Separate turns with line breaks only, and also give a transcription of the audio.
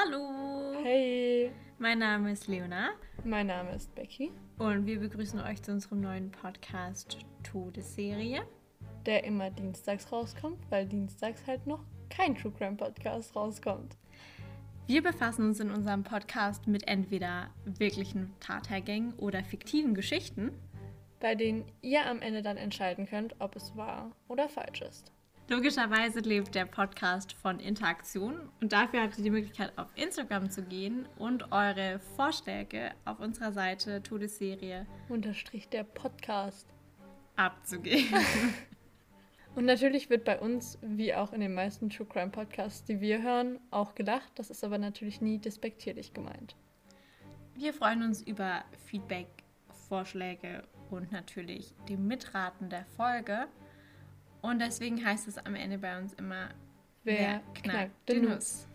Hallo,
Hey,
mein Name ist Leona
mein Name ist Becky,
und wir begrüßen euch zu unserem neuen Podcast Todesserie.
der immer dienstags rauskommt, weil dienstags halt noch kein True Crime Podcast rauskommt.
Wir befassen uns in unserem Podcast mit entweder wirklichen Tathergängen oder fiktiven Geschichten.
Bei denen ihr am Ende dann entscheiden könnt, ob es wahr oder falsch ist.
Logischerweise lebt der Podcast von Interaktion und dafür habt ihr die Möglichkeit, auf Instagram zu gehen und eure Vorschläge auf unserer Seite Todesserie
Unterstrich der Podcast.
abzugeben.
Und natürlich wird bei uns, wie auch in den meisten True Crime Podcasts, die wir hören, auch gelacht. Das ist aber natürlich nie despektierlich gemeint.
Wir freuen uns über Feedback, Vorschläge und natürlich dem Mitraten der Folge. Und deswegen heißt es am Ende bei uns immer,
Wer knackt die Nuss?